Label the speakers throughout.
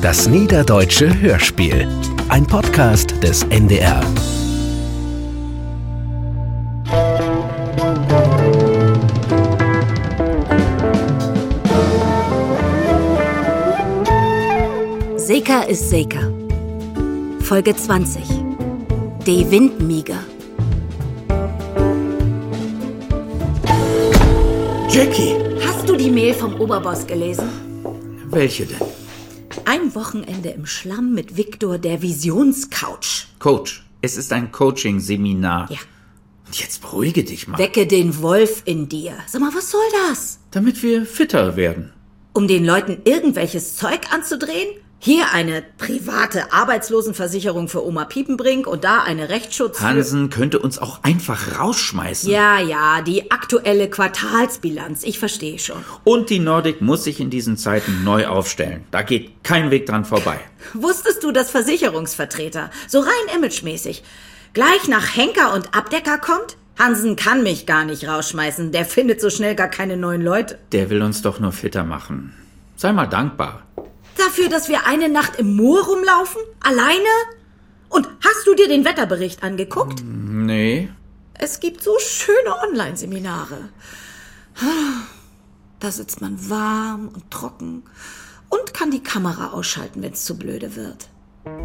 Speaker 1: Das Niederdeutsche Hörspiel. Ein Podcast des NDR.
Speaker 2: Seka ist Seka. Folge 20. Die Windmiger.
Speaker 3: Jackie!
Speaker 2: Hast du die Mail vom Oberboss gelesen?
Speaker 3: Welche denn?
Speaker 2: Ein Wochenende im Schlamm mit Viktor der Visionscouch.
Speaker 3: Coach. Es ist ein Coaching-Seminar.
Speaker 2: Ja.
Speaker 3: Und jetzt beruhige dich mal.
Speaker 2: Wecke den Wolf in dir. Sag mal, was soll das?
Speaker 3: Damit wir fitter werden.
Speaker 2: Um den Leuten irgendwelches Zeug anzudrehen? Hier eine private Arbeitslosenversicherung für Oma Piepenbrink und da eine Rechtsschutz. für-
Speaker 3: Hansen könnte uns auch einfach rausschmeißen.
Speaker 2: Ja, ja, die aktuelle Quartalsbilanz. Ich verstehe schon.
Speaker 3: Und die Nordic muss sich in diesen Zeiten neu aufstellen. Da geht kein Weg dran vorbei.
Speaker 2: Wusstest du, dass Versicherungsvertreter so rein imagemäßig gleich nach Henker und Abdecker kommt? Hansen kann mich gar nicht rausschmeißen. Der findet so schnell gar keine neuen Leute.
Speaker 3: Der will uns doch nur fitter machen. Sei mal dankbar.
Speaker 2: Dafür, dass wir eine Nacht im Moor rumlaufen? Alleine? Und hast du dir den Wetterbericht angeguckt?
Speaker 3: Nee.
Speaker 2: Es gibt so schöne Online-Seminare. Da sitzt man warm und trocken und kann die Kamera ausschalten, wenn es zu blöde wird.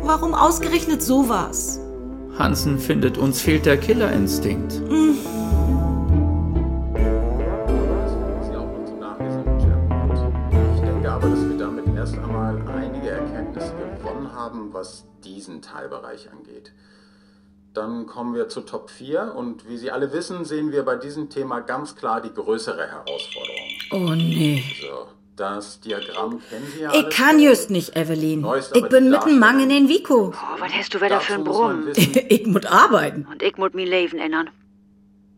Speaker 2: Warum ausgerechnet sowas?
Speaker 3: Hansen findet, uns fehlt der Killerinstinkt.
Speaker 4: Ich denke aber, dass wir damit erst einmal einige Erkenntnisse gewonnen haben, was diesen Teilbereich angeht. Dann kommen wir zu Top 4 und wie Sie alle wissen, sehen wir bei diesem Thema ganz klar die größere Herausforderung.
Speaker 2: Oh nee.
Speaker 4: So, das Diagramm kennen Sie ja.
Speaker 2: Ich kann just nicht, Evelyn.
Speaker 4: Neues,
Speaker 2: Ich
Speaker 4: aber
Speaker 2: bin
Speaker 4: die
Speaker 2: mit dem Mang in den Vico.
Speaker 5: Oh, was hast du wieder für
Speaker 4: Dazu
Speaker 5: einen
Speaker 4: muss man
Speaker 5: Brumm?
Speaker 4: wissen,
Speaker 2: Ich muss arbeiten.
Speaker 5: Und ich muss mir Leben ändern.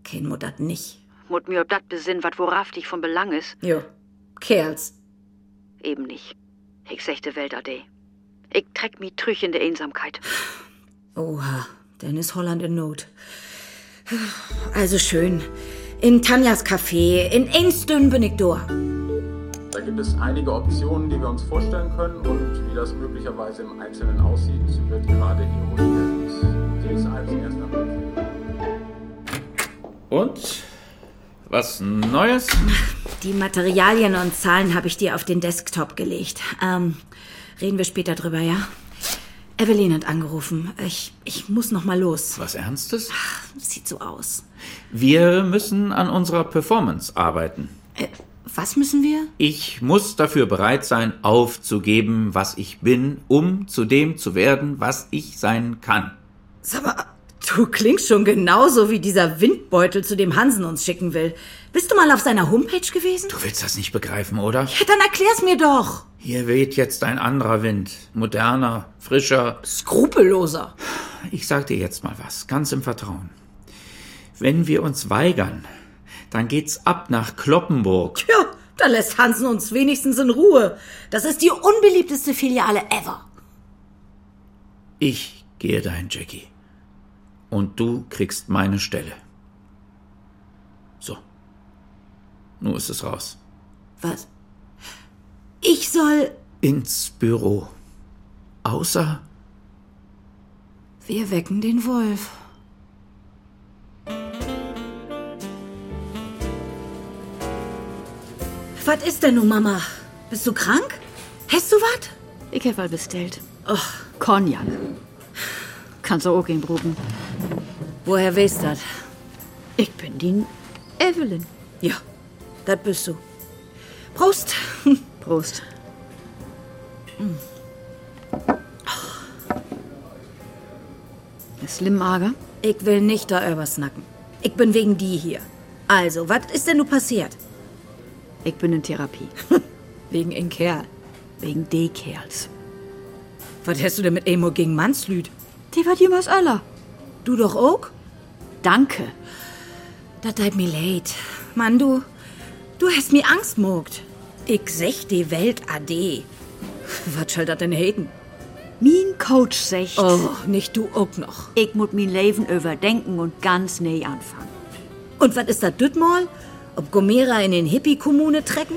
Speaker 2: Kein Mut dat nicht.
Speaker 5: Muss mir ob das besinnen, was worauf dich von Belang ist.
Speaker 2: Jo. Kerls.
Speaker 5: Eben nicht. Ich sechte Welt ade. Ich treck mi trüch in der Einsamkeit.
Speaker 2: Oha, dann ist Holland in Not. Also schön. In Tanjas Café, in Einstön bin ich da.
Speaker 4: Da gibt es einige Optionen, die wir uns vorstellen können und wie das möglicherweise im Einzelnen aussieht, wird gerade eruiert. Die ist als erster Punkt.
Speaker 3: Und? Was Neues?
Speaker 2: Die Materialien und Zahlen habe ich dir auf den Desktop gelegt. Ähm, reden wir später drüber, ja? Evelyn hat angerufen. Ich, ich muss noch mal los.
Speaker 3: Was Ernstes?
Speaker 2: Sieht so aus.
Speaker 3: Wir müssen an unserer Performance arbeiten.
Speaker 2: Äh, was müssen wir?
Speaker 3: Ich muss dafür bereit sein, aufzugeben, was ich bin, um zu dem zu werden, was ich sein kann.
Speaker 2: Sag mal, du klingst schon genauso wie dieser Windbeutel, zu dem Hansen uns schicken will. Bist du mal auf seiner Homepage gewesen?
Speaker 3: Du willst das nicht begreifen, oder?
Speaker 2: Ja, dann erklär's mir doch.
Speaker 3: Hier weht jetzt ein anderer Wind. Moderner, frischer.
Speaker 2: Skrupelloser.
Speaker 3: Ich sag dir jetzt mal was, ganz im Vertrauen. Wenn wir uns weigern, dann geht's ab nach Kloppenburg.
Speaker 2: Ja, dann lässt Hansen uns wenigstens in Ruhe. Das ist die unbeliebteste Filiale ever.
Speaker 3: Ich gehe dahin, Jackie. Und du kriegst meine Stelle. So. Nun ist es raus.
Speaker 2: Was? Ich soll.
Speaker 3: ins Büro. Außer
Speaker 2: Wir wecken den Wolf. Was ist denn nun, Mama? Bist du krank? Hast du was?
Speaker 5: Ich hab mal bestellt. Och, Cognac. Kannst du auch gehen, Bruben.
Speaker 2: Woher weißt du das?
Speaker 5: Ich bin die Evelyn.
Speaker 2: Ja, das bist du. Prost.
Speaker 5: Prost. Hm. Slim Oh. mager.
Speaker 2: Ich will nicht da übersnacken. Ich bin wegen die hier. Also, was ist denn nun passiert?
Speaker 5: Ich bin in Therapie.
Speaker 2: Wegen in Kerl.
Speaker 5: Wegen de Kerls.
Speaker 2: Was hast du denn mit Emo gegen Mannslüd?
Speaker 5: Die war jemals aller.
Speaker 2: Du doch auch?
Speaker 5: Danke.
Speaker 2: Das tut mir leid. Mann, du, du hast mir Angst mogt. Ich sech die Welt ade. Was soll das denn haten?
Speaker 5: Mein Coach sagt,
Speaker 2: Oh, nicht du auch noch.
Speaker 5: ich muss mein Leben überdenken und ganz neu anfangen.
Speaker 2: Und was ist das Dütmal? Ob Gomera in den Hippie-Kommune trecken?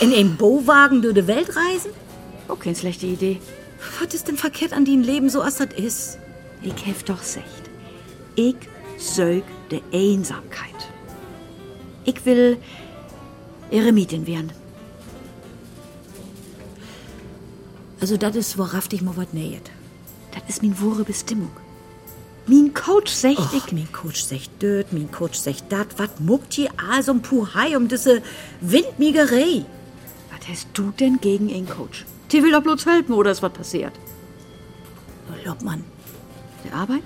Speaker 2: In den Bowagen durch die Welt reisen?
Speaker 5: Okay, schlechte Idee.
Speaker 2: Was ist denn verkehrt an dein Leben, so als das ist?
Speaker 5: Ich hef doch secht. Ich sög de Einsamkeit. Ich will Eremitin werden.
Speaker 2: Also, das ist, worauf dich mal was näht.
Speaker 5: Das ist min wahre Bestimmung. Min Coach secht ich
Speaker 2: Ich, mein Coach sagt död, mein Coach sagt dat, wat muckt die also um Puhai um diese Windmigerei?
Speaker 5: Was hast du denn gegen einen Coach? Die will doch bloß helfen, oder ist was passiert?
Speaker 2: Oh, Lobmann,
Speaker 5: Der Arbeit?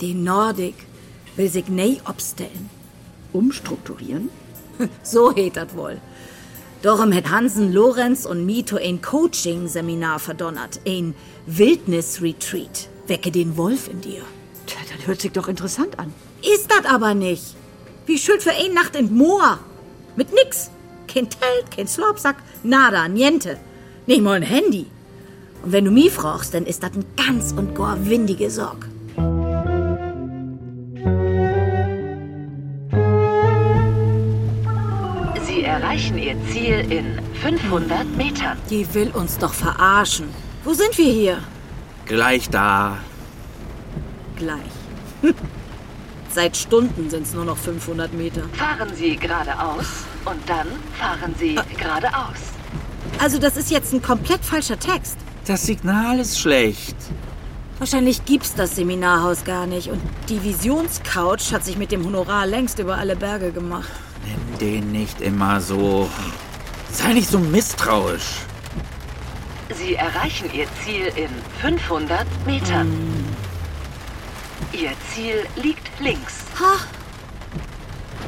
Speaker 2: die Nordik will sich nei obstellen.
Speaker 5: Umstrukturieren?
Speaker 2: So heet dat wohl. Darum het Hansen Lorenz und Mito ein Coaching-Seminar verdonnert, ein Wildnis-Retreat. Wecke den Wolf in dir.
Speaker 5: Tja, das hört sich doch interessant an.
Speaker 2: Ist dat aber nicht. Wie schön für ein Nacht in Moor. Mit nix. Kein Telt, kein Slopsack, nada, niente. Nicht mal ein Handy. Und wenn du mich fragst, dann ist dat ein ganz und gar windige Sorg.
Speaker 6: Sie erreichen Ihr Ziel in 500 Metern.
Speaker 2: Die will uns doch verarschen. Wo sind wir hier?
Speaker 3: Gleich da.
Speaker 2: Gleich. Hm. Seit Stunden sind's nur noch 500 Meter.
Speaker 6: Fahren Sie geradeaus und dann fahren Sie geradeaus.
Speaker 2: Also das ist jetzt ein komplett falscher Text.
Speaker 3: Das Signal ist schlecht.
Speaker 2: Wahrscheinlich gibt's das Seminarhaus gar nicht und die Visionscouch hat sich mit dem Honorar längst über alle Berge gemacht.
Speaker 3: Nimm den nicht immer so. Sei nicht so misstrauisch.
Speaker 6: Sie erreichen Ihr Ziel in 500 Metern. Ihr Ziel liegt links.
Speaker 2: Ha!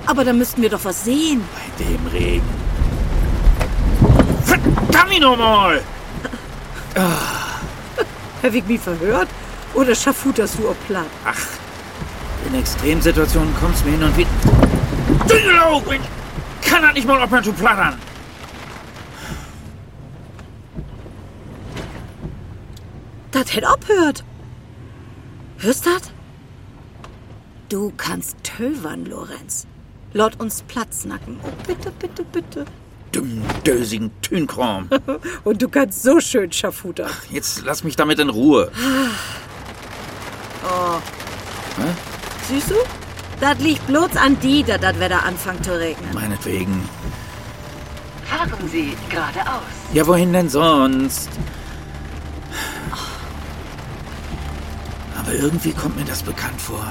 Speaker 2: Aber da müssten wir doch was sehen.
Speaker 3: Bei dem Regen. Verdammt ihn nochmal!
Speaker 2: Hab ich mich verhört? Oder Schafutas du auch platt?
Speaker 3: Ach, in Extremsituationen kommt's mir hin und wieder. Düngelau! Ich kann halt nicht mal aufhören zu plattern.
Speaker 2: Das hätt abhört. Hörst dat? Du kannst tövern, Lorenz. Laut uns Platznacken. Oh, bitte, bitte, bitte.
Speaker 3: Dummen, dösigen Tünkram.
Speaker 2: Und du kannst so schön Schafuta.
Speaker 3: Jetzt lass mich damit in Ruhe.
Speaker 2: Siehst du? Das liegt bloß an die, dass das Wetter anfängt zu regnen.
Speaker 3: Meinetwegen.
Speaker 6: Fahren Sie geradeaus.
Speaker 3: Ja, wohin denn sonst? Aber irgendwie kommt mir das bekannt vor.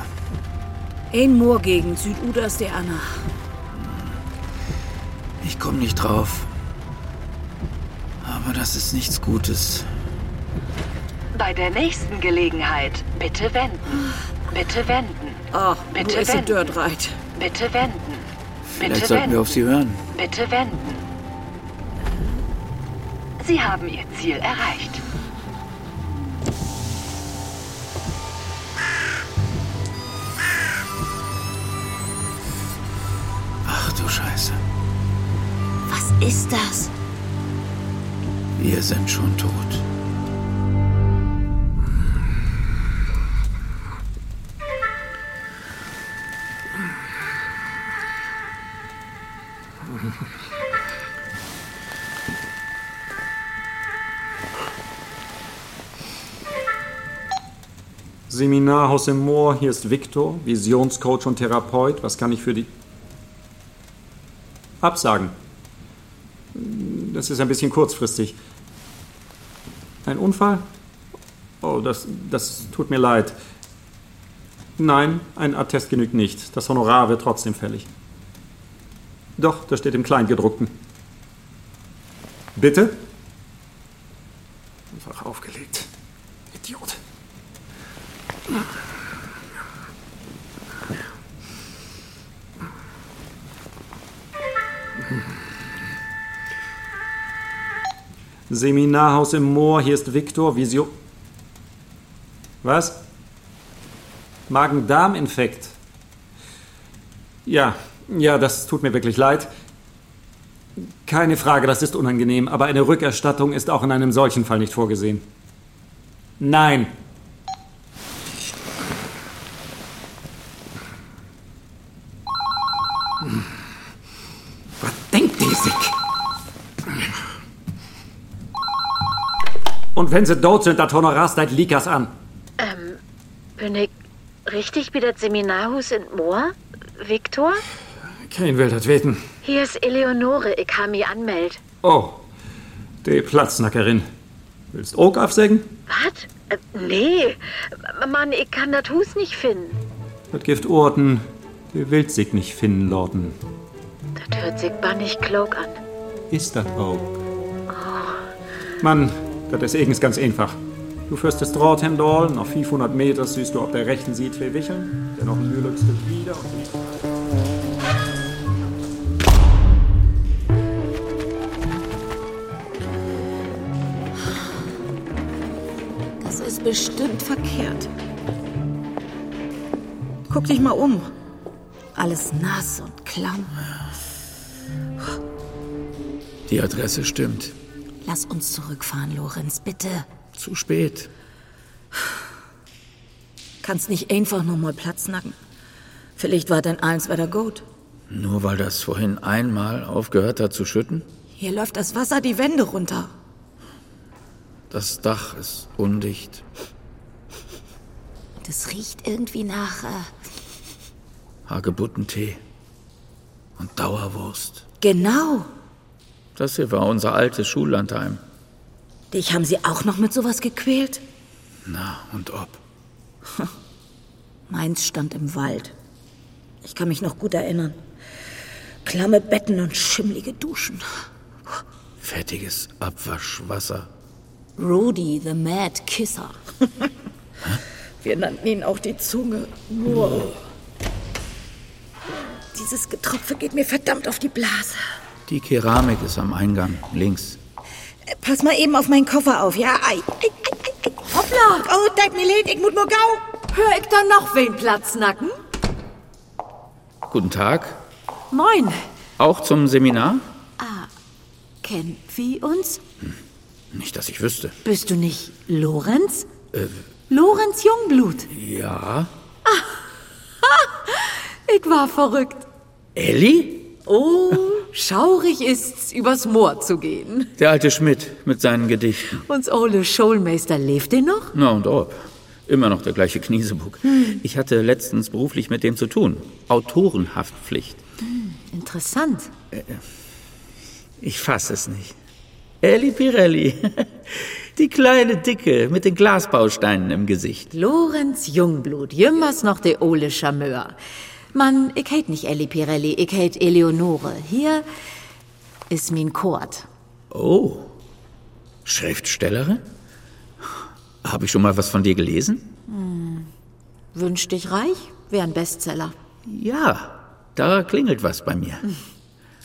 Speaker 2: In Moor gegen Süduders der Anna.
Speaker 3: Ich komme nicht drauf. Aber das ist nichts Gutes.
Speaker 6: Bei der nächsten Gelegenheit bitte wenden. Bitte wenden.
Speaker 2: Oh,
Speaker 6: Bitte
Speaker 2: du ist ein
Speaker 6: wenden.
Speaker 2: Dörrreit.
Speaker 6: Bitte wenden.
Speaker 3: Vielleicht
Speaker 6: Bitte
Speaker 3: sollten wir
Speaker 6: wenden.
Speaker 3: auf sie hören.
Speaker 6: Bitte wenden. Sie haben Ihr Ziel erreicht.
Speaker 3: Ach du Scheiße.
Speaker 2: Was ist das?
Speaker 3: Wir sind schon tot.
Speaker 7: Seminarhaus im Moor, hier ist Viktor, Visionscoach und Therapeut. Was kann ich für die. Absagen. Das ist ein bisschen kurzfristig. Ein Unfall? Oh, das, das tut mir leid. Nein, ein Attest genügt nicht. Das Honorar wird trotzdem fällig. Doch, das steht im Kleingedruckten. Bitte? Einfach aufgelegt. Idiot. Seminarhaus im Moor, hier ist Viktor, Visio. Was? Magen-Darm-Infekt. Ja, ja, das tut mir wirklich leid. Keine Frage, das ist unangenehm, aber eine Rückerstattung ist auch in einem solchen Fall nicht vorgesehen. Nein.
Speaker 3: Was denkt die sich?
Speaker 7: Und wenn sie dort sind, dat Honorar seit Likas an.
Speaker 8: Bin ich richtig wie das Seminarhus in Moor? Viktor?
Speaker 7: Kein will das weten.
Speaker 8: Hier ist Eleonore, ich habe mich anmeldet.
Speaker 7: Oh, die Platznackerin. Willst auch aufsägen?
Speaker 8: Was? Äh, nee, Mann, ich kann das Hus nicht finden.
Speaker 7: Das Gift Orten, die will sich nicht finden, Lorden.
Speaker 8: Das hört sich bannig klug an.
Speaker 7: Ist das auch? Mann, das ist irgends ganz einfach. Du führst das Draht hin, Dorl, nach 500 Meter siehst du auf der rechten Seite zwei Wicheln, der noch ein Mühlux wieder und
Speaker 2: Das ist bestimmt verkehrt. Guck dich mal um. Alles nass und klamm.
Speaker 3: Die Adresse stimmt.
Speaker 2: Lass uns zurückfahren, Lorenz, bitte.
Speaker 3: Zu spät.
Speaker 2: Kannst nicht einfach nur mal Platz nacken. Vielleicht war dein Eins weiter gut.
Speaker 3: Nur weil das vorhin einmal aufgehört hat zu schütten?
Speaker 2: Hier läuft das Wasser die Wände runter.
Speaker 3: Das Dach ist undicht.
Speaker 8: Das riecht irgendwie nach. Äh,
Speaker 3: Hagebuttentee und Dauerwurst.
Speaker 2: Genau.
Speaker 3: Das hier war unser altes Schullandheim.
Speaker 2: Dich haben sie auch noch mit sowas gequält?
Speaker 3: Na, und ob?
Speaker 2: Meins stand im Wald. Ich kann mich noch gut erinnern. Klamme Betten und schimmlige Duschen.
Speaker 3: Fettiges Abwaschwasser.
Speaker 8: Rudy, the Mad Kisser.
Speaker 2: Wir nannten ihn auch die Zunge. Nur. Dieses Getropfe geht mir verdammt auf die Blase.
Speaker 3: Die Keramik ist am Eingang, links.
Speaker 2: Äh, Pass mal eben auf meinen Koffer auf, ja? Ei, ei, ei, ei, ei. Hoppla! Oh, dein mir leid, ich muss nur gau!
Speaker 9: Hör ich da noch wen Platz nacken?
Speaker 3: Guten Tag.
Speaker 9: Moin.
Speaker 3: Auch zum Seminar?
Speaker 9: Kennen wir uns?
Speaker 3: Nicht, dass ich wüsste. Äh,
Speaker 9: Bist du nicht Lorenz? Lorenz Jungblut.
Speaker 3: Ja.
Speaker 9: Ich war verrückt.
Speaker 3: Elli?
Speaker 9: Oh, schaurig ist's, übers Moor zu gehen.
Speaker 3: Der alte Schmidt mit seinen Gedichten.
Speaker 9: Uns Ole Schoolmeister lebt er noch?
Speaker 3: Na und ob. Immer noch der gleiche Kniesebuck. Ich hatte letztens beruflich mit dem zu tun. Autorenhaftpflicht.
Speaker 9: Interessant.
Speaker 3: Ich fasse es nicht. Elli Pirelli. Die kleine Dicke mit den Glasbausteinen im Gesicht.
Speaker 9: Lorenz Jungblut, jümmers noch der Ole Charmeur. Mann, ich hält nicht Elli Pirelli, ich hält Eleonore. Hier ist mein Kurt.
Speaker 3: Oh. Schriftstellerin? Habe ich schon mal was von dir gelesen?
Speaker 9: Wünsch dich reich, wär ein Bestseller.
Speaker 3: Ja, da klingelt was bei mir.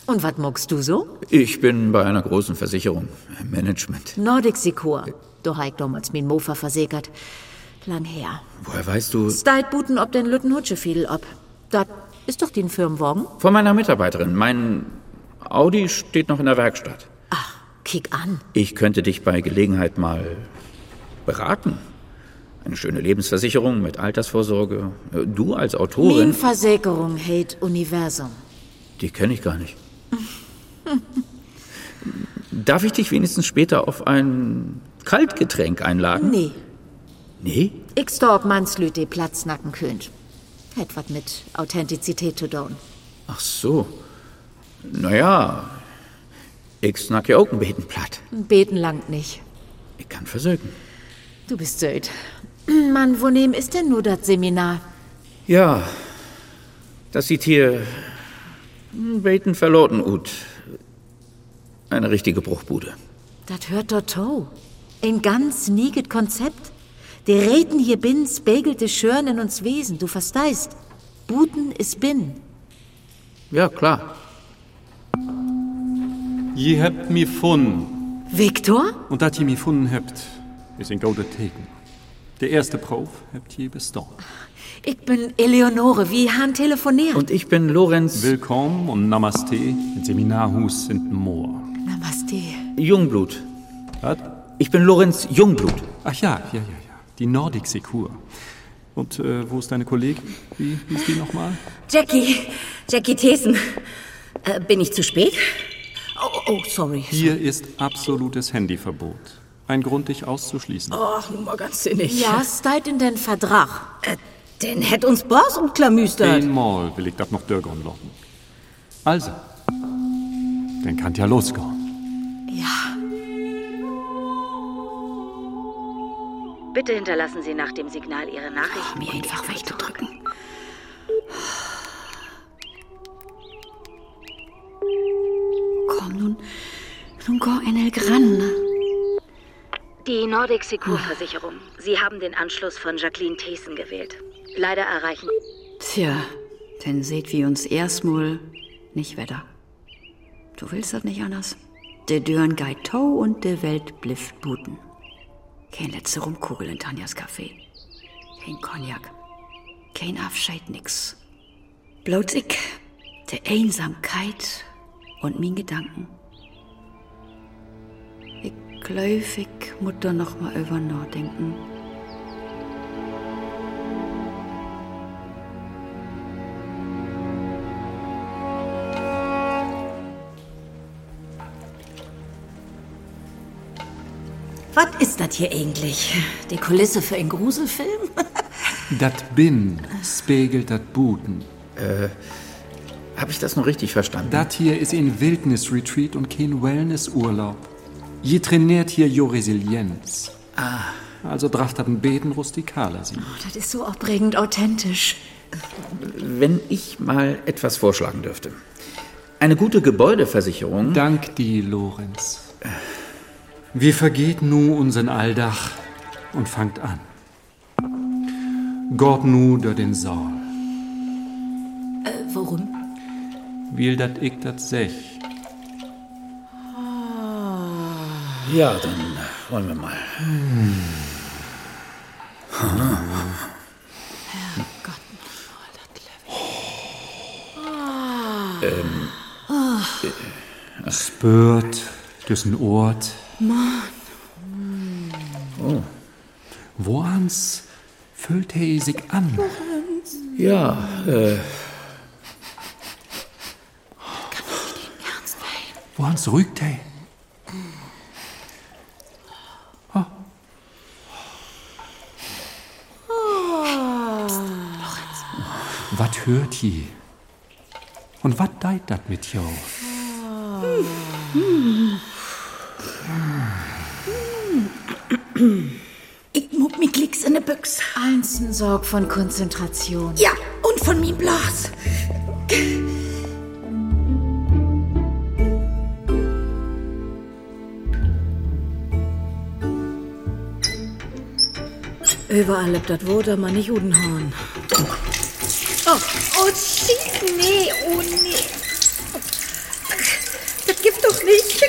Speaker 9: Und was muckst du so?
Speaker 3: Ich bin bei einer großen Versicherung im Management.
Speaker 9: Nordic Secure. Du heik damals mein Mofa versägert. Lang her.
Speaker 3: Woher weißt du?
Speaker 9: Steit buten ob den Lütten Hutsche fiel ob. Dat ist doch den Firmenwagen.
Speaker 3: Von meiner Mitarbeiterin. Mein Audi steht noch in der Werkstatt.
Speaker 9: Ach, kick an.
Speaker 3: Ich könnte dich bei Gelegenheit mal beraten. Eine schöne Lebensversicherung mit Altersvorsorge. Du als
Speaker 9: Min
Speaker 3: Autorin,
Speaker 9: Versägerung hält Universum.
Speaker 3: die kenne ich gar nicht. Darf ich dich wenigstens später auf ein Kaltgetränk einladen?
Speaker 9: Nee,
Speaker 3: Nee?
Speaker 9: ich storb Mannslüte Platznacken könnt. Hätt wat mit Authentizität zu tun.
Speaker 3: Ach so. Naja, ich snack ja auch ein Betenblatt.
Speaker 9: Beten langt nicht.
Speaker 3: Ich kann versögen.
Speaker 9: Du bist söd. Mann, wo nehm ist denn nur dat Seminar?
Speaker 3: Ja, das sieht hier Beten verloren ut. Eine richtige Bruchbude.
Speaker 9: Dat hört dort to. Ein ganz nieget Konzept. Die Reden hier bin spiegelte Schörn in uns Wesen, du versteist. Buten is bin.
Speaker 3: Ja, klar.
Speaker 7: Ihr habt mir gefunden.
Speaker 9: Viktor?
Speaker 7: Und dat ihr mir gefunden habt, ist ein guter Tegen. Der erste Prof habt ihr bestanden.
Speaker 9: Ich bin Eleonore, wie han telefoniert.
Speaker 3: Und ich bin Lorenz
Speaker 7: Willkommen und Namaste im Seminarhus in Moor.
Speaker 9: Namaste.
Speaker 3: Jungblut.
Speaker 7: Was?
Speaker 3: Ich bin Lorenz Jungblut.
Speaker 7: Ach ja, ja, ja, ja. Die Nordic Secure. Und äh, wo ist deine Kollegin? Wie hieß die nochmal?
Speaker 2: Jackie, Jackie Thesen. Äh, bin ich zu spät? Oh, oh, sorry.
Speaker 7: Hier ist absolutes Handyverbot. Ein Grund, dich auszuschließen.
Speaker 2: Ach, nun mal ganz sinnig.
Speaker 9: Ja, steit in den Vertrag.
Speaker 2: Denn hätt uns Bors umklamüstert.
Speaker 7: Einmal will ich das noch durchlocken. Also, dann kann ja losgehen.
Speaker 8: Bitte hinterlassen Sie nach dem Signal Ihre Nachricht.
Speaker 5: Mir einfach wegzudrücken. Komm nun, nun go enel gran.
Speaker 8: Die Nordic Secure Versicherung. Sie haben den Anschluss von Jacqueline Thesen gewählt. Leider erreichen.
Speaker 5: Tja, denn seht wie uns erstmal nicht wetter. Du willst das nicht anders. Der Dörn geht tau und der Welt blifft buten. Kein letzte Rumkugel in Tanjas Kaffee. Kein Cognac. Kein Abscheid nix. Bloß ich, der Einsamkeit und mein Gedanken. Ich glaub, ich muss da noch mal über nachdenken.
Speaker 2: Was ist das hier eigentlich? Die Kulisse für einen Gruselfilm?
Speaker 7: Dat bin spiegelt dat Buten.
Speaker 3: Habe ich das noch richtig verstanden?
Speaker 7: Dat hier ist ein Wildnis-Retreat und kein Wellness-Urlaub. Je trainiert hier jo Resilienz. Ah. Also dracht dat ein Beten rustikaler sie.
Speaker 5: Das ist so aufregend authentisch.
Speaker 3: Wenn ich mal etwas vorschlagen dürfte. Eine gute Gebäudeversicherung.
Speaker 7: Dank dir, Lorenz. Wir vergeht nu unseren Alldach und fangt an. Gott nu da den Saal.
Speaker 5: Warum?
Speaker 7: Will dat ich dat sech.
Speaker 3: ja, dann wollen wir mal.
Speaker 7: Spürt dessen Ort. Mann. Oh. Woans füllt er sich an?
Speaker 3: Ja, äh,
Speaker 7: Woans rügt er? Ah. Was hört ihr? Und was deit dat mit jo?
Speaker 2: Ich muck mich klicks in ne Büchs.
Speaker 9: Einzeln sorg von Konzentration.
Speaker 2: Ja, und von mir Blas. Überall lebt das Wort, aber nicht Udenhorn. Oh, oh, schieß, nee, oh, nee. Das gibt doch nicht.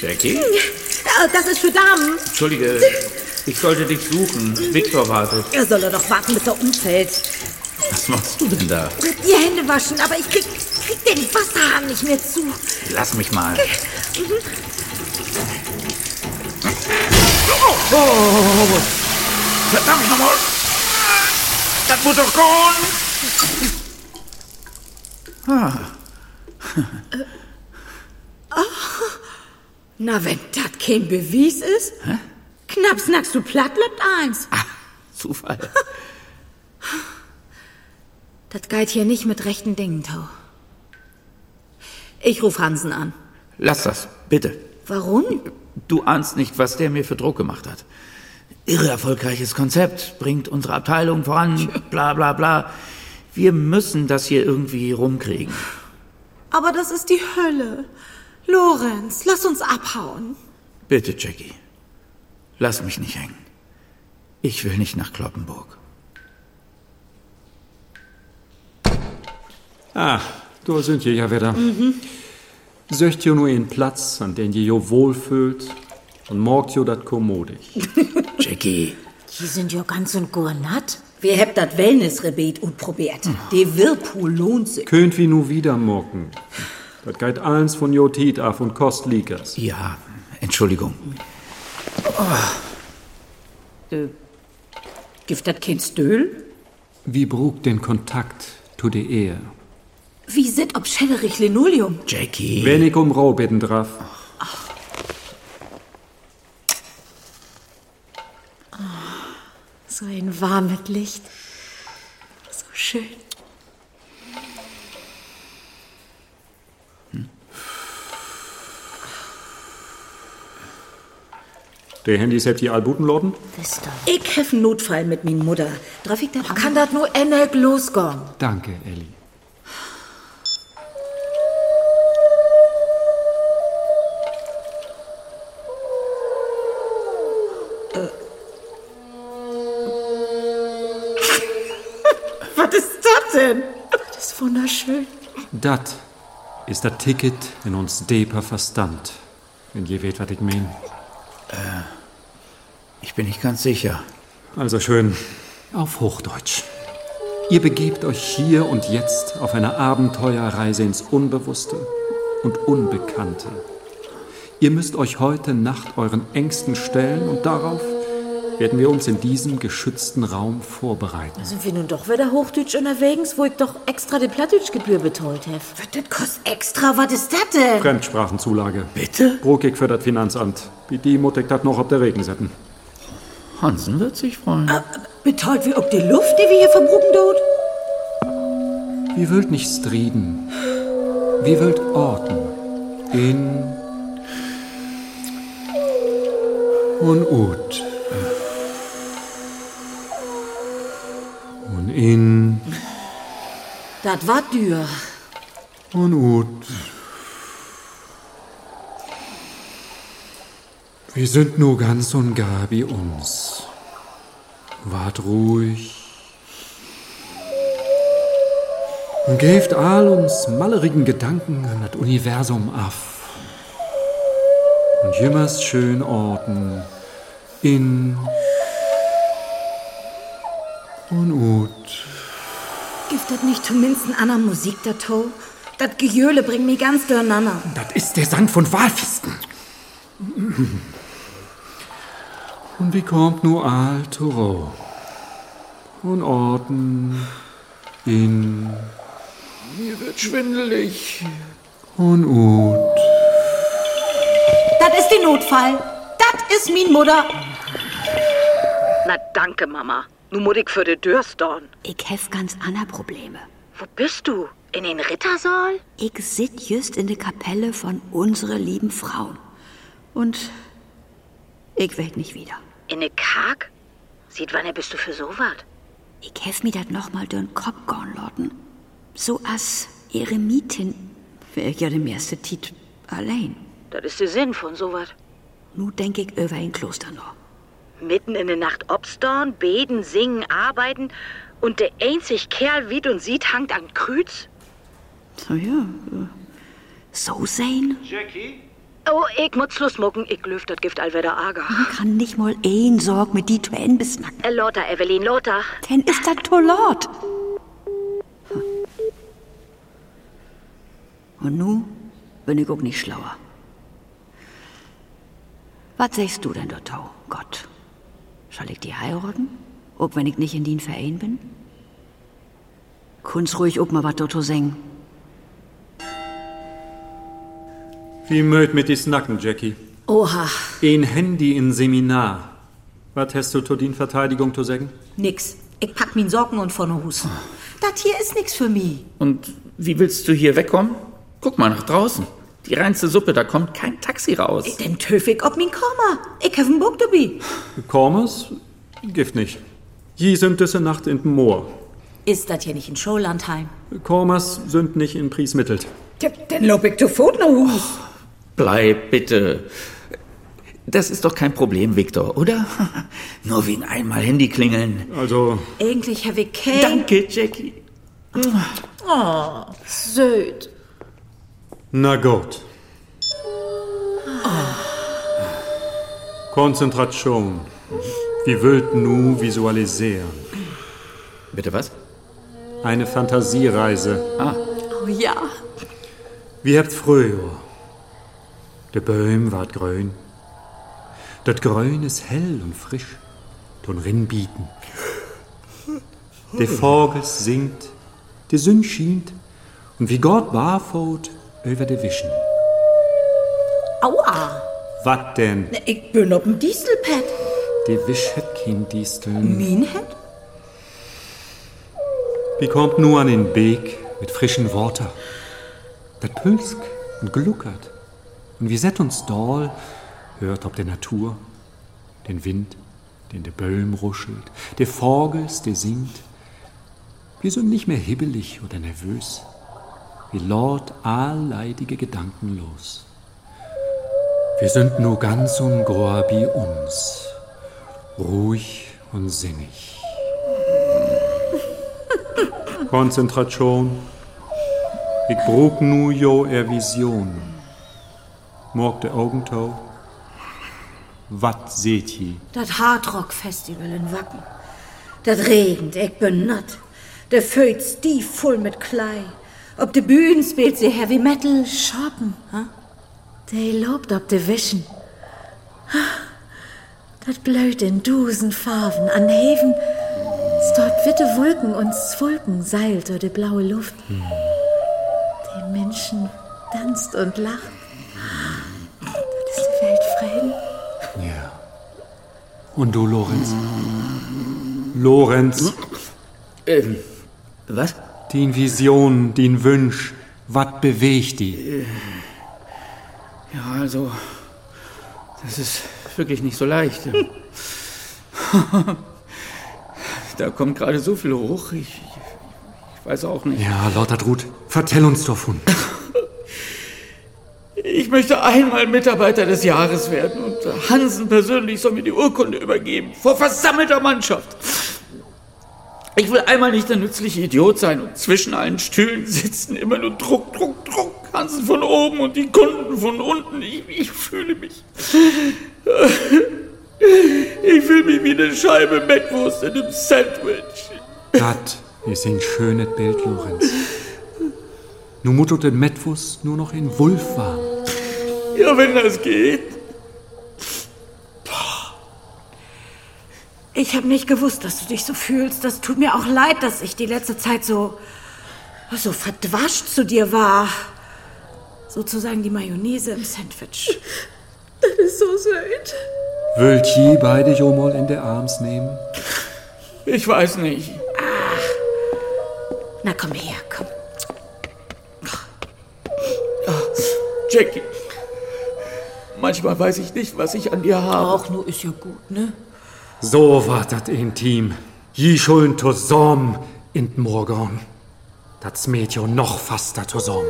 Speaker 3: Jackie?
Speaker 2: Ah, Das ist für Damen.
Speaker 3: Entschuldige, ich sollte dich suchen. Viktor wartet.
Speaker 2: Er soll er doch warten, bis er umfällt.
Speaker 3: Was machst du denn da?
Speaker 2: Die Hände waschen, aber ich krieg, krieg den Wasserhahn nicht mehr zu.
Speaker 3: Lass mich mal. Mhm. Oh, Verdammt nochmal! Das muss doch gehen!
Speaker 2: Na, wenn das kein Beweis ist. Knapp snackst du platt, läuft eins.
Speaker 3: Zufall.
Speaker 2: Das geht hier nicht mit rechten Dingen, Tau. Ich ruf Hansen an.
Speaker 3: Lass das, bitte.
Speaker 2: Warum?
Speaker 3: Du ahnst nicht, was der mir für Druck gemacht hat. Irre erfolgreiches Konzept, bringt unsere Abteilung voran, bla bla bla. Wir müssen das hier irgendwie rumkriegen.
Speaker 2: Aber das ist die Hölle. Lorenz, lass uns abhauen.
Speaker 3: Bitte, Jackie. Lass mich nicht hängen. Ich will nicht nach Kloppenburg.
Speaker 7: Ah, da sind je ja wieder. Söcht jo nur einen Platz, an den je jo wohlfühlt und morgt jo dat kommodig.
Speaker 3: Jackie,
Speaker 9: Die sind ja ganz und gar natt.
Speaker 2: Wir hebt das Wellnessrebet und probiert. Der Whirlpool lohnt sich.
Speaker 7: Könnt wie nu wieder morgen. Dat geht eins von jo Tiet af und kost Likas.
Speaker 3: ja, Entschuldigung.
Speaker 2: Gibt das kein Stöhl?
Speaker 7: Wie brug den Kontakt zu der Ehe?
Speaker 10: Wie sind ob Schäderich Linoleum?
Speaker 3: Jackie.
Speaker 7: Wenig um Roh bitten drauf.
Speaker 9: So ein warmes Licht. So schön.
Speaker 7: Der Handy selbst die Albutenloden?
Speaker 2: Ich hef einen Notfall mit min Mutter.
Speaker 9: Darf ich denn auch?
Speaker 2: Kann dat nur endlich losgehen?
Speaker 7: Danke, Ellie.
Speaker 2: Äh. Was ist das denn?
Speaker 9: Das ist wunderschön.
Speaker 7: Dat ist das Ticket in uns deeper Verstand. Wenn je weht, was ich mein.
Speaker 3: Ich bin nicht ganz sicher.
Speaker 7: Also schön. Auf Hochdeutsch. Ihr begebt euch hier und jetzt auf eine Abenteuerreise ins Unbewusste und Unbekannte. Ihr müsst euch heute Nacht euren Ängsten stellen und darauf werden wir uns in diesem geschützten Raum vorbereiten.
Speaker 9: Sind wir nun doch wieder Hochdeutsch unterwegs, wo ich doch extra die Plattdeutschgebühr betollt habe?
Speaker 2: Was das kostet extra? Was ist das denn?
Speaker 7: Fremdsprachenzulage.
Speaker 3: Bitte?
Speaker 7: Brokig für das Finanzamt. Wie die Muttig dat noch ob der Regen setten.
Speaker 3: Hansen wird sich freuen.
Speaker 2: Betäubt wie ob die Luft, die wir hier verbrucken dort?
Speaker 7: Wir wollt nicht striden. Wir wollt orten. In. Und ut. Und in.
Speaker 9: Das war dür.
Speaker 7: Und ut. Wir sind nur ganz und gar wie uns. Wart ruhig. Und gebt all uns mallerigen Gedanken an das Universum ab. Und jümmers schön Orten in und ut.
Speaker 2: Gibt das nicht zumindest eine andere Musik dazu? Das Gejöle bringt mich ganz durcheinander.
Speaker 7: Das ist der Sand von Walfisten. Und wie kommt nur all Toro? Und Orten in
Speaker 3: Mir wird schwindelig.
Speaker 7: und ut.
Speaker 2: Das ist die Notfall. Das ist min Mutter.
Speaker 6: Na danke, Mama. Nu muss ich für de Dörstern.
Speaker 5: Ich hef ganz ander Probleme.
Speaker 6: Wo bist du?
Speaker 8: In den Rittersaal?
Speaker 5: Ich sit just in der Kapelle von unsere lieben Frauen. Und ich werd nicht wieder.
Speaker 8: In den Karg? Sieht wann bist du für sowas?
Speaker 5: Ich hef mir dat nochmal dürn Kopf gorn lotten. So as Eremitin wär ich ja dem erste Tit allein.
Speaker 6: Das ist der Sinn von sowas.
Speaker 5: Nu denk ich über ein Kloster noch.
Speaker 8: Mitten in der Nacht obstorn, beten, singen, arbeiten und der einzig Kerl wie und sieht hangt an Krüz?
Speaker 5: So ja, äh, so sein
Speaker 8: Oh, ich muss losmucken, ich löf das Gift allweder arger.
Speaker 5: kann nicht mal ein Sorg mit die Twain besnacken.
Speaker 8: Äh, Lothar, Evelyn, Lothar.
Speaker 5: Denn ist das Tolort. Und nu bin ich auch nicht schlauer. Was sagst du denn, Dottau, Gott? Soll ich die heiraten? Ob wenn ich nicht in den Verein bin? Kunst ruhig ob mal was Dotto singen.
Speaker 7: Wie möd mit die Snacken, Jackie?
Speaker 2: Oha,
Speaker 7: Ein Handy in Seminar. Was hast du zur Dienverteidigung zu sagen?
Speaker 2: nix. Ich pack min Socken und vorne Hus. Das hier ist nix für mich.
Speaker 3: Und wie willst du hier wegkommen? Guck mal nach draußen. Die reinste Suppe, da kommt kein Taxi raus.
Speaker 2: Denn töf ich ob min Komma. Ich hef einen Bock dabei.
Speaker 7: Kormes? Gift nicht. Je sind diese Nacht in dem Moor.
Speaker 2: Ist das hier nicht in Scholandheim?
Speaker 7: Kormers sind nicht in Priesmittelt.
Speaker 2: Denn lob ich zu Pfoten Hus.
Speaker 3: Bleib bitte. Das ist doch kein Problem, Viktor, oder? Nur wegen einmal Handy klingeln.
Speaker 7: Also,
Speaker 2: Eigentlich hef ich kein...
Speaker 3: Danke, Jackie.
Speaker 9: Söd.
Speaker 7: na gut. Konzentration. Wir wollt nu visualisieren.
Speaker 3: Bitte was?
Speaker 7: Eine Fantasiereise.
Speaker 9: Oh ja.
Speaker 7: Wie habt früher. Der Böhm ward grün. Dat Grün ist hell und frisch. Ton Rinn bieten. Der Vogel singt. Der Sünn schient. Und wie Gott barfoot über de Wischen.
Speaker 2: Aua!
Speaker 7: Wat denn?
Speaker 2: Na, Ich bin auf dem Dieselpad.
Speaker 7: Die Wisch hat kein Disteln.
Speaker 2: Minhead?
Speaker 7: Wie kommt nur an den Beek mit frischen Worten? Dat pülsk und gluckert. Und wie set uns doll, hört ob der Natur, den Wind, den der Böhm ruschelt, der Vogels, der singt. Wir sind nicht mehr hibbelig oder nervös. Wir lord alleidige Gedanken los. Wir sind nur ganz und gar wie uns, ruhig und sinnig. Konzentration. Ich brug nu jo er Vision. Morg de Augentau. Wat seht je?
Speaker 2: Das Hardrock-Festival in Wacken. Das regnet, ich bin natt. Der Föhn die voll mit Klei. Ob de Bühnen spielt sie Heavy Metal, Schoppen. Ha?
Speaker 9: Dei lobt ob de Wischen. Dat blöd in dusen Farben an Heven. Stort witte Wolken und Zwulken seilt über de blaue Luft. Die Menschen tanzt und lacht. Das ist die Welt Frieden.
Speaker 7: Ja. Und du, Lorenz? Lorenz,
Speaker 3: Ähm, was?
Speaker 7: den Vision, den Wünsch, wat bewegt die?
Speaker 3: Ja, also, das ist wirklich nicht so leicht. da kommt gerade so viel hoch. Ich, ich weiß auch nicht.
Speaker 7: Ja, Lautertrud, vertell uns davon.
Speaker 3: Ich möchte einmal Mitarbeiter des Jahres werden und Hansen persönlich soll mir die Urkunde übergeben. Vor versammelter Mannschaft. Ich will einmal nicht der nützliche Idiot sein und zwischen allen Stühlen sitzen immer nur Druck, Druck, Druck. Hansen von oben und die Kunden von unten. Ich, ich fühle mich. Ich fühle mich wie eine Scheibe Mettwurst in einem Sandwich.
Speaker 7: Dat ist ein schönes Bild, Lorenz. Nu mutto den Metwus nur noch in Wulf war.
Speaker 3: Ja, wenn das geht.
Speaker 2: Ich habe nicht gewusst, dass du dich so fühlst. Das tut mir auch leid, dass ich die letzte Zeit so. so verdwascht zu dir war. Sozusagen die Mayonnaise im Sandwich.
Speaker 10: Das ist so süß.
Speaker 7: Wölt je beide jo mal in der Arms nehmen?
Speaker 3: Ich weiß nicht.
Speaker 2: Na komm her, komm.
Speaker 3: Ah, Jackie, manchmal weiß ich nicht, was ich an dir habe.
Speaker 10: Auch nur ist ja gut, ne?
Speaker 7: So war dat intim. Je schulden zusammen in d Morgen. Das Mädchen noch faster zusammen.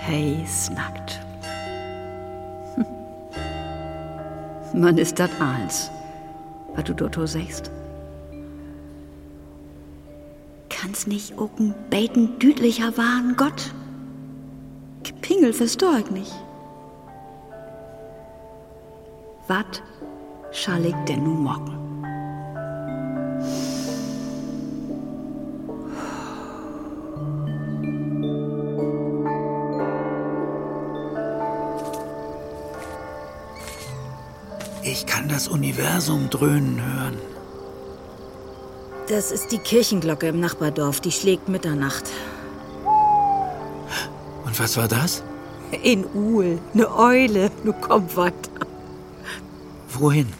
Speaker 5: Hey, snackt. Hm. Man ist dat eins, was du dort sagst. Kann's nicht ocken, beten düdlicher waren Gott. Gepingel verstor ich nicht. Wat schall ich denn nu mocken?
Speaker 3: Ich kann das Universum dröhnen hören.
Speaker 2: Das ist die Kirchenglocke im Nachbardorf. Die schlägt Mitternacht.
Speaker 3: Und was war das?
Speaker 9: In Uhl, ne Eule, nu komm weiter.
Speaker 3: Wohin?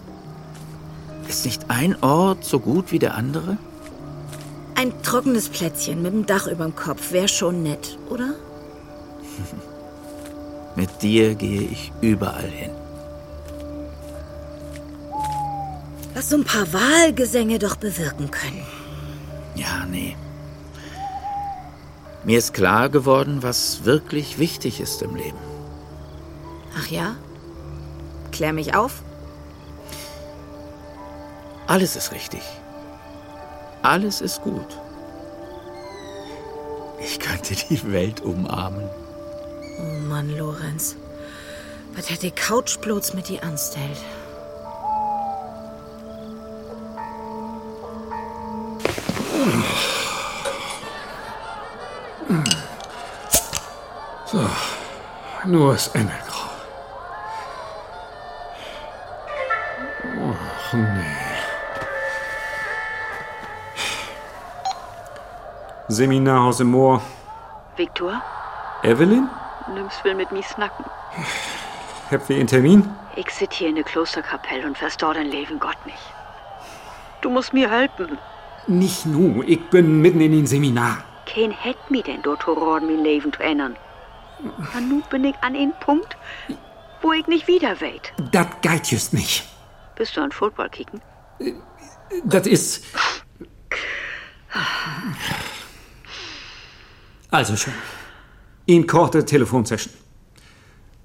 Speaker 3: Ist nicht ein Ort so gut wie der andere?
Speaker 2: Ein trockenes Plätzchen mit dem Dach überm Kopf wäre schon nett, oder?
Speaker 3: Mit dir gehe ich überall hin.
Speaker 2: Was so ein paar Wahlgesänge doch bewirken können.
Speaker 3: Ja, nee. Mir ist klar geworden, was wirklich wichtig ist im Leben.
Speaker 2: Ach ja? Klär mich auf.
Speaker 3: Alles ist richtig. Alles ist gut. Ich könnte die Welt umarmen.
Speaker 2: Oh Mann, Lorenz. Was hat die Couch bloß mit dir anstellt?
Speaker 7: Nur das Engelgrau. Seminarhaus im Moor.
Speaker 6: Viktor,
Speaker 7: Evelyn?
Speaker 6: Nims will mit mir snacken.
Speaker 7: Habt ihr einen Termin?
Speaker 6: Ich sit hier in der Klosterkapelle und verstor dein Leben Gott nicht. Du musst mir helfen.
Speaker 7: Nicht nu, ich bin mitten in den Seminar.
Speaker 6: Kein hätt mi denn dort Horror, mein Leben zu ändern. Aber nun bin ich an einen Punkt, wo ich nicht wieder weht.
Speaker 7: Dat geit just nicht.
Speaker 6: Bist du an Football kicken?
Speaker 7: Das ist. Also schön. In korte Telefonsession.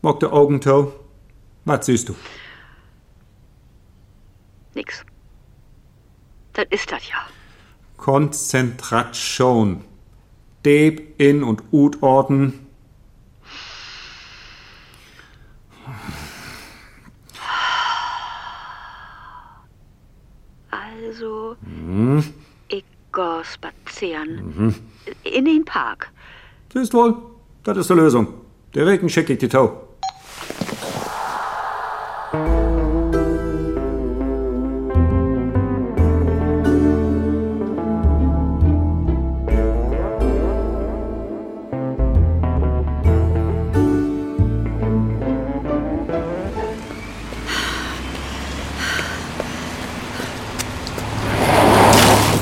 Speaker 7: Mock der Augentau. Was siehst du?
Speaker 6: Nix. Das ist das ja.
Speaker 7: Konzentration. Deb, In- und Utorten.
Speaker 6: Also,
Speaker 7: Hm.
Speaker 6: ich geh spazieren.
Speaker 7: Mhm.
Speaker 6: In den Park.
Speaker 7: Siehst wohl, das ist die Lösung. Der Regen schicke ich die Tau.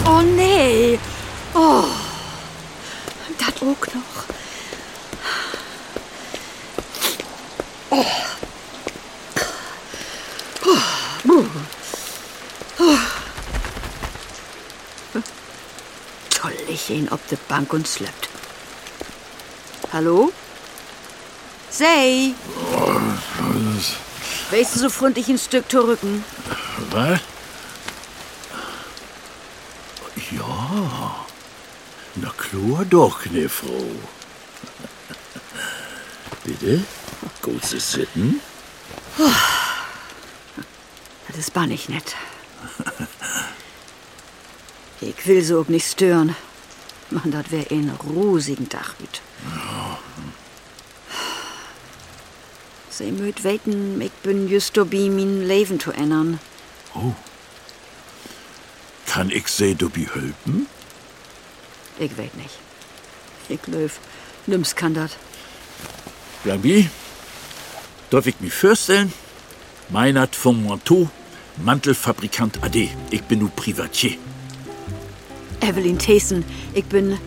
Speaker 11: Oh nee. Oh. Das auch noch. Oh. Oh. Buh. Oh.
Speaker 5: Toll, ich ihn ob de Bank und slappt. Hallo? Sei, weißt du, so front ich ein Stück zu rücken?
Speaker 12: Was? Ja. Na klar doch, ne Frau. Bitte? Gut zu sitten?
Speaker 5: Puh. Das ist bannig nett. Ich will so ob nicht stören. Mann, das wär ein rosigen Tag mit. Sie mögt weten, ich bin just dabei, mein Leben zu ändern.
Speaker 12: Oh. Kann ich se dobi helfen?
Speaker 5: Ich weet nicht. Ich löf, nimm's kann dat.
Speaker 12: Blambi? Darf ich mich vorstellen? Meinert vom Manteau, Mantelfabrikant AD. Ich bin nur Privatier.
Speaker 5: Evelyn Thesen, ich bin.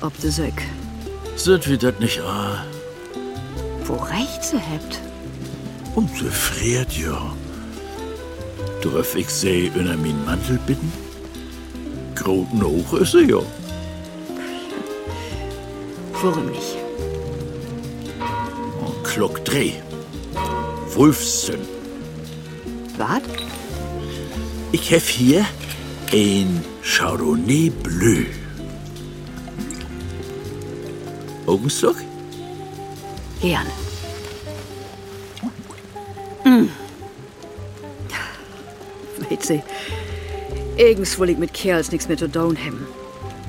Speaker 5: Ob de Söck.
Speaker 12: Sind wir das nicht ah?
Speaker 5: Wo recht sie hebt?
Speaker 12: Und sie friert ja. Darf ich sie über meinen Mantel bitten? Groten hoch ist sie ja.
Speaker 5: Warum nicht?
Speaker 12: Und Glock dreh. Wolfsson.
Speaker 5: Was?
Speaker 12: Ich hef hier ein Chardonnay Bleu. Augenstock?
Speaker 5: Gern. Mm. Weet sie, irgends will ich mit Kerls nichts mehr zu tun haben.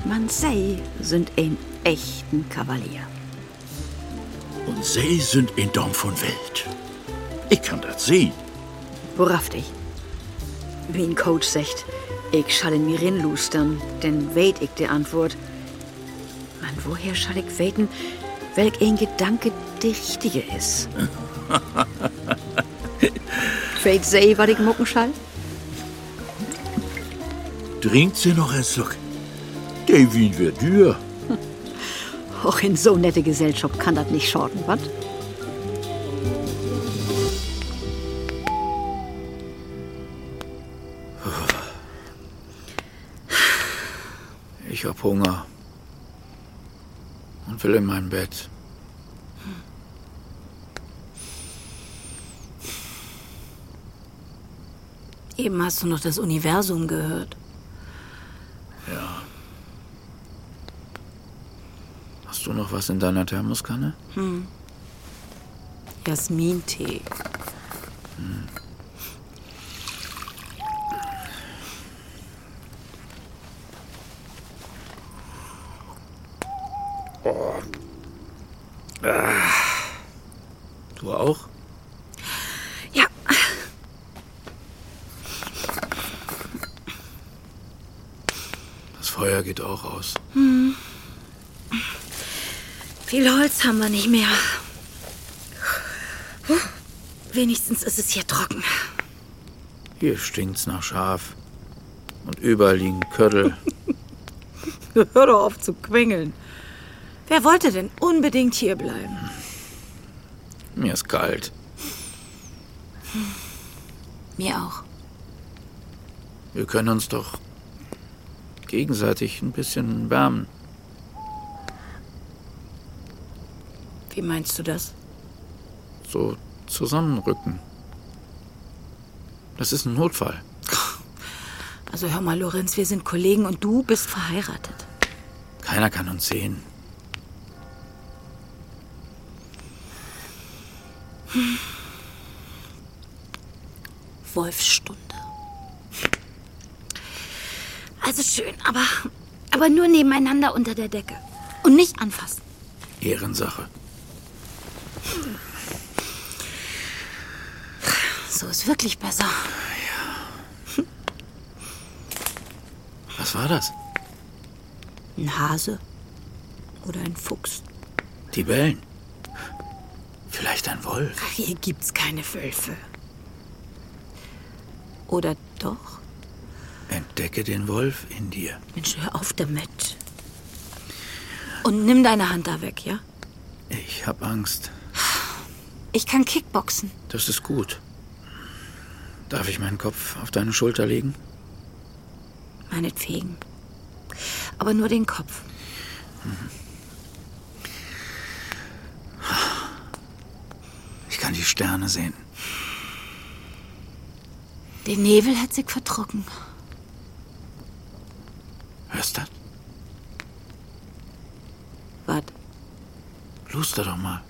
Speaker 5: Man sei, sind ein echten Kavalier.
Speaker 12: Und sie sind in Dom von Welt. Ich kann das sehen.
Speaker 5: Worauf dich? Wie ein Coach sagt, ich schall in mir rinlustern, denn weet ich die Antwort. Mann, woher schall ich weten, welch ein Gedanke der richtige ist? Weet sie, was ich mucken schall?
Speaker 12: Trinkt sie noch ein Schluck? Der Wien wird dür.
Speaker 5: Auch in so nette Gesellschaft kann das nicht schaden, wat?
Speaker 3: Ich hab Hunger. Und will in mein Bett.
Speaker 10: Eben hast du noch das Universum gehört.
Speaker 3: Ja. Hast du noch was in deiner Thermoskanne?
Speaker 10: Hm. Jasmintee.
Speaker 3: Oh. Ah. Du auch?
Speaker 11: Ja.
Speaker 3: Was Feuer geht auch aus.
Speaker 13: Hm. Viel Holz haben wir nicht mehr. Huh. Wenigstens ist es hier trocken.
Speaker 3: Hier stinkt's nach Schaf. Und überall liegen Köttel.
Speaker 2: Hör doch auf zu quengeln. Wer wollte denn unbedingt hier bleiben?
Speaker 3: Mir ist kalt.
Speaker 2: Mir auch.
Speaker 3: Wir können uns doch gegenseitig ein bisschen wärmen.
Speaker 2: Wie meinst du das?
Speaker 3: So zusammenrücken. Das ist ein Notfall.
Speaker 2: Also hör mal, Lorenz, wir sind Kollegen und du bist verheiratet.
Speaker 3: Keiner kann uns sehen.
Speaker 2: Hm. Wolfsstunde.
Speaker 13: Also schön, aber, aber nur nebeneinander unter der Decke. Und nicht anfassen.
Speaker 3: Ehrensache.
Speaker 2: So ist wirklich besser.
Speaker 3: Was war das?
Speaker 2: Ein Hase. Oder ein Fuchs.
Speaker 3: Die Bellen. Vielleicht ein Wolf.
Speaker 2: Ach, hier gibt's keine Wölfe. Oder doch?
Speaker 3: Entdecke den Wolf in dir.
Speaker 2: Mensch, hör auf damit. Und nimm deine Hand da weg, ja?
Speaker 3: Ich hab Angst.
Speaker 2: Ich kann Kickboxen.
Speaker 3: Das ist gut. Darf ich meinen Kopf auf deine Schulter legen?
Speaker 2: Meinetwegen. Aber nur den Kopf.
Speaker 3: Ich kann die Sterne sehen.
Speaker 2: Der Nebel hat sich vertrocken.
Speaker 3: Hörst du?
Speaker 2: Was?
Speaker 3: Luster doch mal.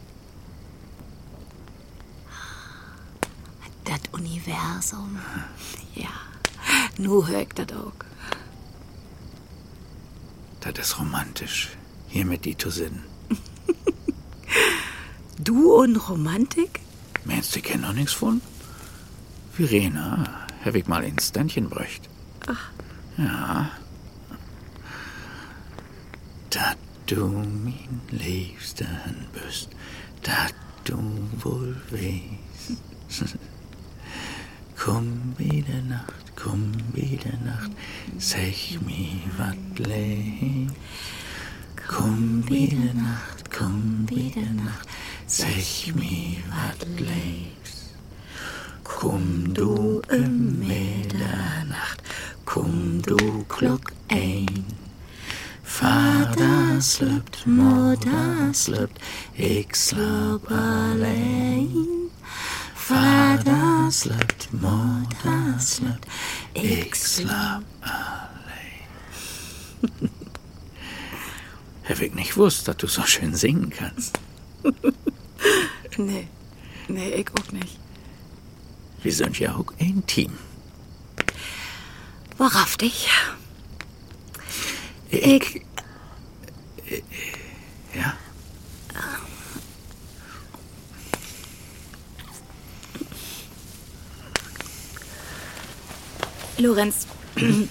Speaker 2: Das Universum. Ja. Nu hör ich das auch.
Speaker 3: Das ist romantisch, hier mit die zu sinnen.
Speaker 2: Du und Romantik?
Speaker 3: Meinst du, die kennen noch nichts von? Verena, hab ich mal ins Ständchen bräucht.
Speaker 2: Ach.
Speaker 3: Ja. Da du äh, mein Liebsten bist, da du wohl weißt. Komm wieder Nacht, komm wieder Nacht, sag mir wat leid. Komm wieder Nacht, komm wieder Nacht, sag mir wat leid. Komm du um Mitternacht, komm du klok ein. Vater slüppt, Mutter slüppt, ich slüpp allein. Vater slüppt, Mutter slüppt, ich slüpp allein. Hab ich nicht gewusst, dass du so schön singen kannst.
Speaker 2: nee, nee, ich auch nicht.
Speaker 3: Wir sind ja auch ein Team.
Speaker 13: Worauf dich?
Speaker 3: Ich. Ja?
Speaker 2: Lorenz,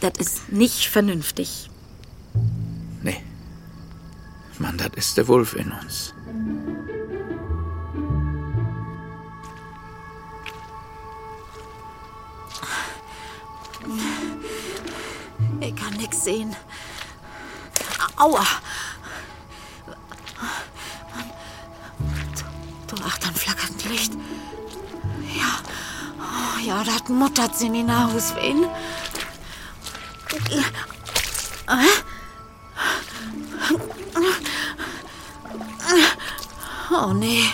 Speaker 2: das ist nicht vernünftig.
Speaker 3: Nee. Mann, das ist der Wolf in uns.
Speaker 13: Ich kann nichts sehen. Aua! Du, ach, dann flackert ein Licht. Ja, oh, ja, das muttert sie in die Nahrungswehen. Oh nee.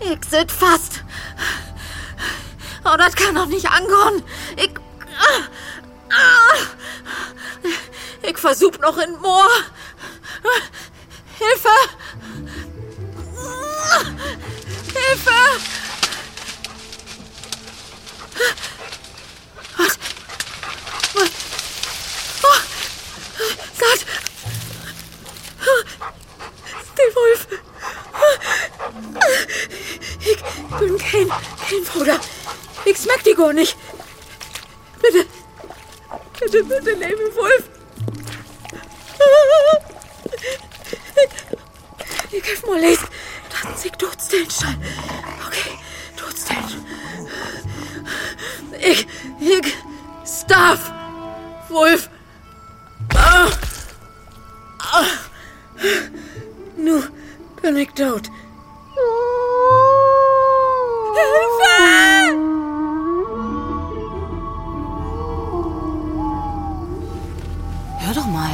Speaker 13: Ich sit fast. Oh, das kann doch nicht angehen. Ich. ah, Ich versuch noch in Moor. Hilfe! Hilfe! Was? Was? Oh! Gott! Der Wolf! Ich bin kein
Speaker 9: Kein Bruder. Ich schmeck die gar nicht. Bitte. Bitte, bitte, lebe Wolf. Ihr könnt mal lesen. Dann sich Todstenstein. Okay, Todstein. Ich, ich, Staff, Wolf. Ah. Ah. Nu bin ich tot. Hilfe!
Speaker 11: Hör doch mal.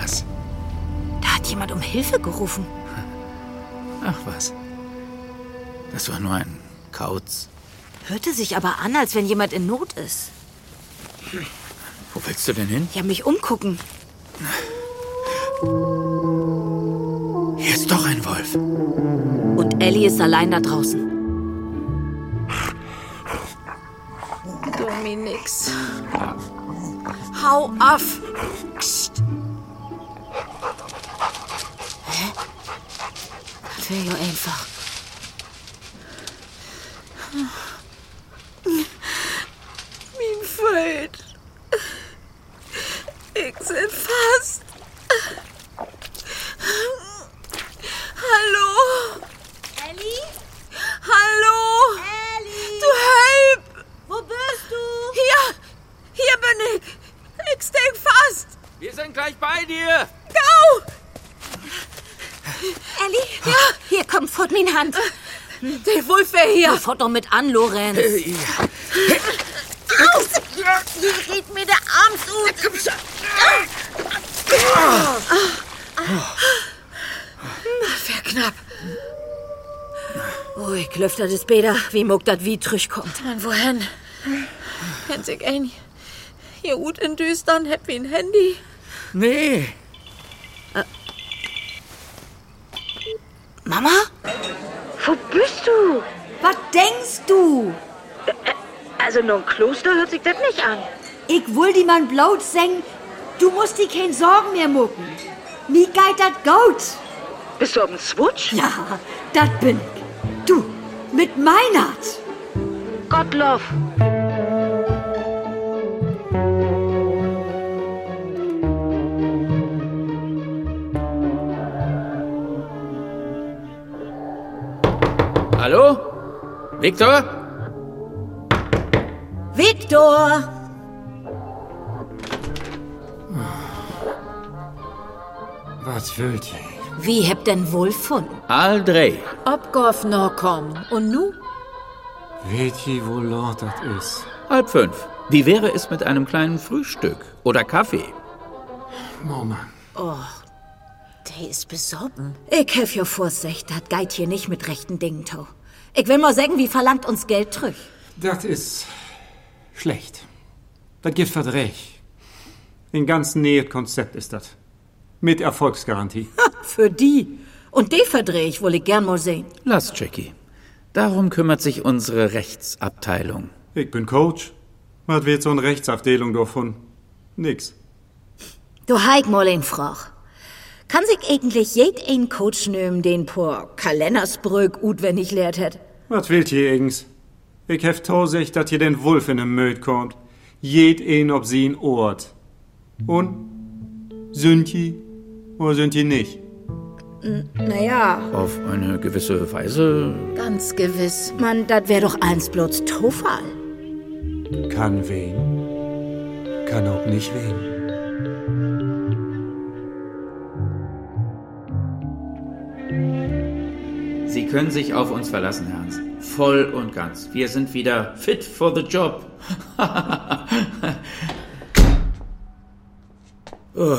Speaker 14: Was?
Speaker 11: Da hat jemand um Hilfe gerufen.
Speaker 14: Ach was. Das war nur ein Kauz.
Speaker 11: Hörte sich aber an, als wenn jemand in Not ist.
Speaker 14: Wo willst du denn hin?
Speaker 11: Ja, mich umgucken.
Speaker 14: Hier ist doch ein Wolf.
Speaker 11: Und Ellie ist allein da draußen.
Speaker 9: Dominix. Hau ab! Psst.
Speaker 11: Das wäre ja einfach.
Speaker 9: Mein Feld. Ich sind fast. Hallo? Ellie? Hallo? Ellie? Du help! Wo bist du? Hier! Hier bin ich! Ich steck fast!
Speaker 3: Wir sind gleich bei dir.
Speaker 9: Go!
Speaker 11: Ellie? Ja? Hier, komm, fort mir in Hand. Der Wolf wäre hier. Fort doch mit an, Lorenz.
Speaker 9: Aus! Hier geht mir der Arm zu. Komm schon.
Speaker 11: Das wäre knapp. Ui, klöfter des Bäder, wie muck dat wie trüch kommt.
Speaker 9: Man, wohin? Wenn sich ein hier gut in Düstern hätt wie ein Handy.
Speaker 3: Nee.
Speaker 11: Mama?
Speaker 8: Wo bist du?
Speaker 15: Was denkst du?
Speaker 8: Also nur ein Kloster hört sich das nicht an.
Speaker 15: Ich will die man bloß singen. Du musst dir kein Sorgen mehr mucken. Mir geht dat gut.
Speaker 8: Bist du auf dem Swutsch?
Speaker 15: Ja, dat bin ich. Du, mit meinert.
Speaker 8: Gottlob.
Speaker 3: Hallo? Viktor?
Speaker 2: Viktor!
Speaker 7: Was wollt ihr?
Speaker 11: Wie habt denn wohl von?
Speaker 3: All drei.
Speaker 9: Obgoff noch kommen. Und nu?
Speaker 7: Weht ihr, wo Lord das ist?
Speaker 3: Halb fünf. Wie wäre es mit einem kleinen Frühstück oder Kaffee?
Speaker 7: Mama.
Speaker 2: Oh,
Speaker 11: der ist besoffen.
Speaker 2: Ich helf ja Vorsicht, dat geit hier nicht mit rechten Dingen tau. Ich will mal sagen, wie verlangt uns Geld zurück.
Speaker 7: Das ist schlecht. Das gibt verdrech. In ganz nähe Konzept ist das. Mit Erfolgsgarantie.
Speaker 2: Für die. Und die verdreh ich, wohl ich gern mal sehen.
Speaker 3: Lass, Jackie. Darum kümmert sich unsere Rechtsabteilung.
Speaker 7: Ich bin Coach. Was wird so eine Rechtsabteilung davon? Nix.
Speaker 2: Du heik mal in Frach. Kann sich eigentlich jed ein Coach nehmen, den por Kalendersbrück gut wenn ich lehrt hätt?
Speaker 7: Was wollt ihr eigens? Ich hef tausig, dat ihr den Wolf in den Möd kommt. Jed een ob sie ihn ort. Und? Sind die oder sind die nicht?
Speaker 2: Naja,
Speaker 14: Auf eine gewisse Weise.
Speaker 2: ganz gewiss. Mann, dat wär doch eins bloß Zufall.
Speaker 7: Kann wehen. Kann auch nicht wehen.
Speaker 3: Sie können sich auf uns verlassen, Herr Hans. Voll und ganz. Wir sind wieder fit for the job. Uah. Oh.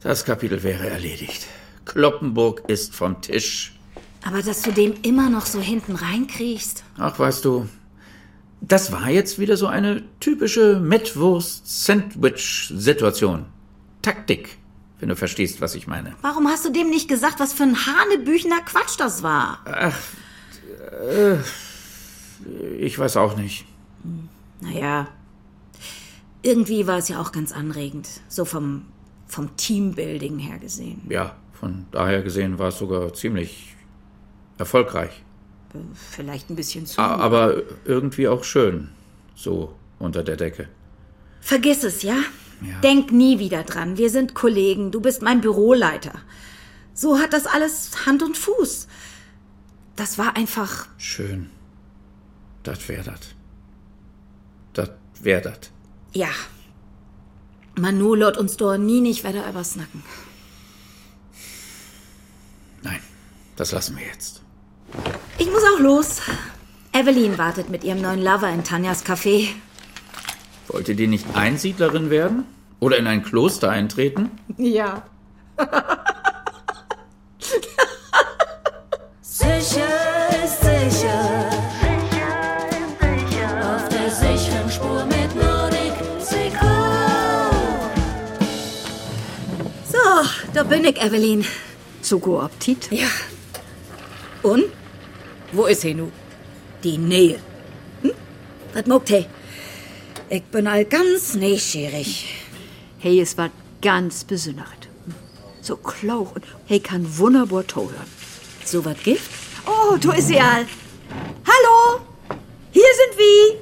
Speaker 3: das Kapitel wäre erledigt. Kloppenburg ist vom Tisch.
Speaker 2: Aber dass du dem immer noch so hinten reinkriechst.
Speaker 3: Ach, weißt du, das war jetzt wieder so eine typische Mettwurst-Sandwich-Situation. Taktik, wenn du verstehst, was ich meine.
Speaker 2: Warum hast du dem nicht gesagt, was für ein hanebüchener Quatsch das war?
Speaker 3: Ach, äh, ich weiß auch nicht.
Speaker 2: Naja, irgendwie war es ja auch ganz anregend. So vom, vom Teambuilding her gesehen.
Speaker 3: Ja, von daher gesehen war es sogar ziemlich erfolgreich.
Speaker 2: Vielleicht ein bisschen zu.
Speaker 3: A- Aber irgendwie auch schön. So unter der Decke.
Speaker 2: Vergiss es, ja? Denk nie wieder dran. Wir sind Kollegen. Du bist mein Büroleiter. So hat das alles Hand und Fuß. Das war einfach.
Speaker 3: Schön. Das wär dat. Das wär dat.
Speaker 2: Ja. Manu lot uns doch nie nicht wieder übersnacken.
Speaker 3: Das lassen wir jetzt.
Speaker 2: Ich muss auch los. Evelyn wartet mit ihrem neuen Lover in Tanjas Café.
Speaker 3: Wollt ihr die nicht Einsiedlerin werden? Oder in ein Kloster eintreten?
Speaker 2: Ja.
Speaker 16: Sicher ist sicher. Auf der sicheren Spur mit Nordic Secure.
Speaker 2: So, Ah, da bin ich, Evelyn.
Speaker 5: Zu Go Appetit?
Speaker 2: Ja. Und? Wo ist sie nu? Die Nähe. Hm? Was mogt he? Ich bin all ganz neugierig.
Speaker 5: Hey, es war ganz besündert. So klauch und hey, kann wunderbar Tau hören.
Speaker 2: So was gibt?
Speaker 17: Oh, du ist sie all. Hallo, hier sind wir.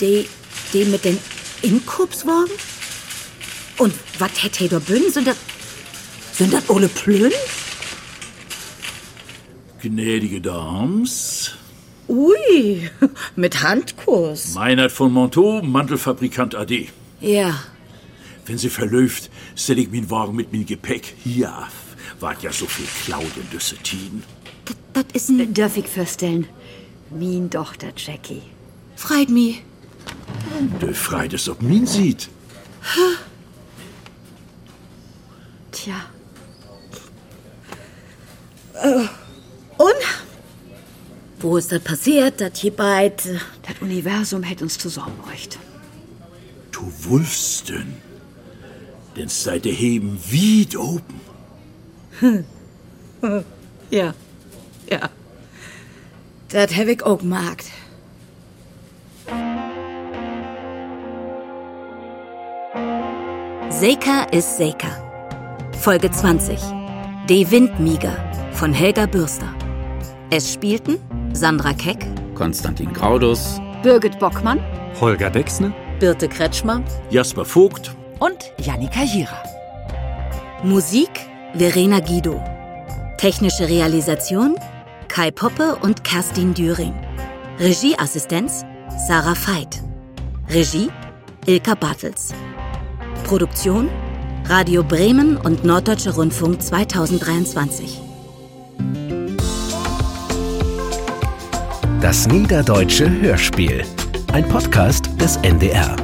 Speaker 2: Die, die Äh, mit den Inkubswagen? Und was hätt he da bünn? Sind das. Sind das ohne Plön?
Speaker 9: Gnädige Dams,
Speaker 2: Ui, mit Handkurs.
Speaker 9: Meinert von Monteau, Mantelfabrikant AD.
Speaker 2: Ja.
Speaker 9: Wenn Sie verlöft, stell ich min Wagen mit min Gepäck hier auf. Wart ja so viel Cloud in Düsseldin.
Speaker 5: Das ist ein... Darf ich vorstellen? Min Tochter Jackie.
Speaker 2: Freit mi.
Speaker 9: De freit es ob min sieht.
Speaker 5: Tja.
Speaker 2: Äh, und? Wo ist das passiert, das hier beid?
Speaker 5: Das Universum hätte uns zusammengebracht.
Speaker 9: Du Wulfsten. Denn seid der Heben weit oben.
Speaker 18: Ja. Ja.
Speaker 2: Das hab ich auch gemerkt.
Speaker 19: Seika ist Seika. Folge 20. De Windmieger von Helga Bürster. Es spielten Sandra Keck,
Speaker 3: Konstantin Graudus.
Speaker 19: Birgit Bockmann,
Speaker 20: Holger Dexne?
Speaker 19: Birte Kretschmer
Speaker 9: Jasper Vogt.
Speaker 19: und Janika Jira. Musik Verena Guido. Technische Realisation Kai Poppe und Kerstin Düring. Regieassistenz Sarah Veit. Regie Ilka Bartels. Produktion Radio Bremen und Norddeutscher Rundfunk 2023.
Speaker 14: Das Niederdeutsche Hörspiel. Ein Podcast des NDR.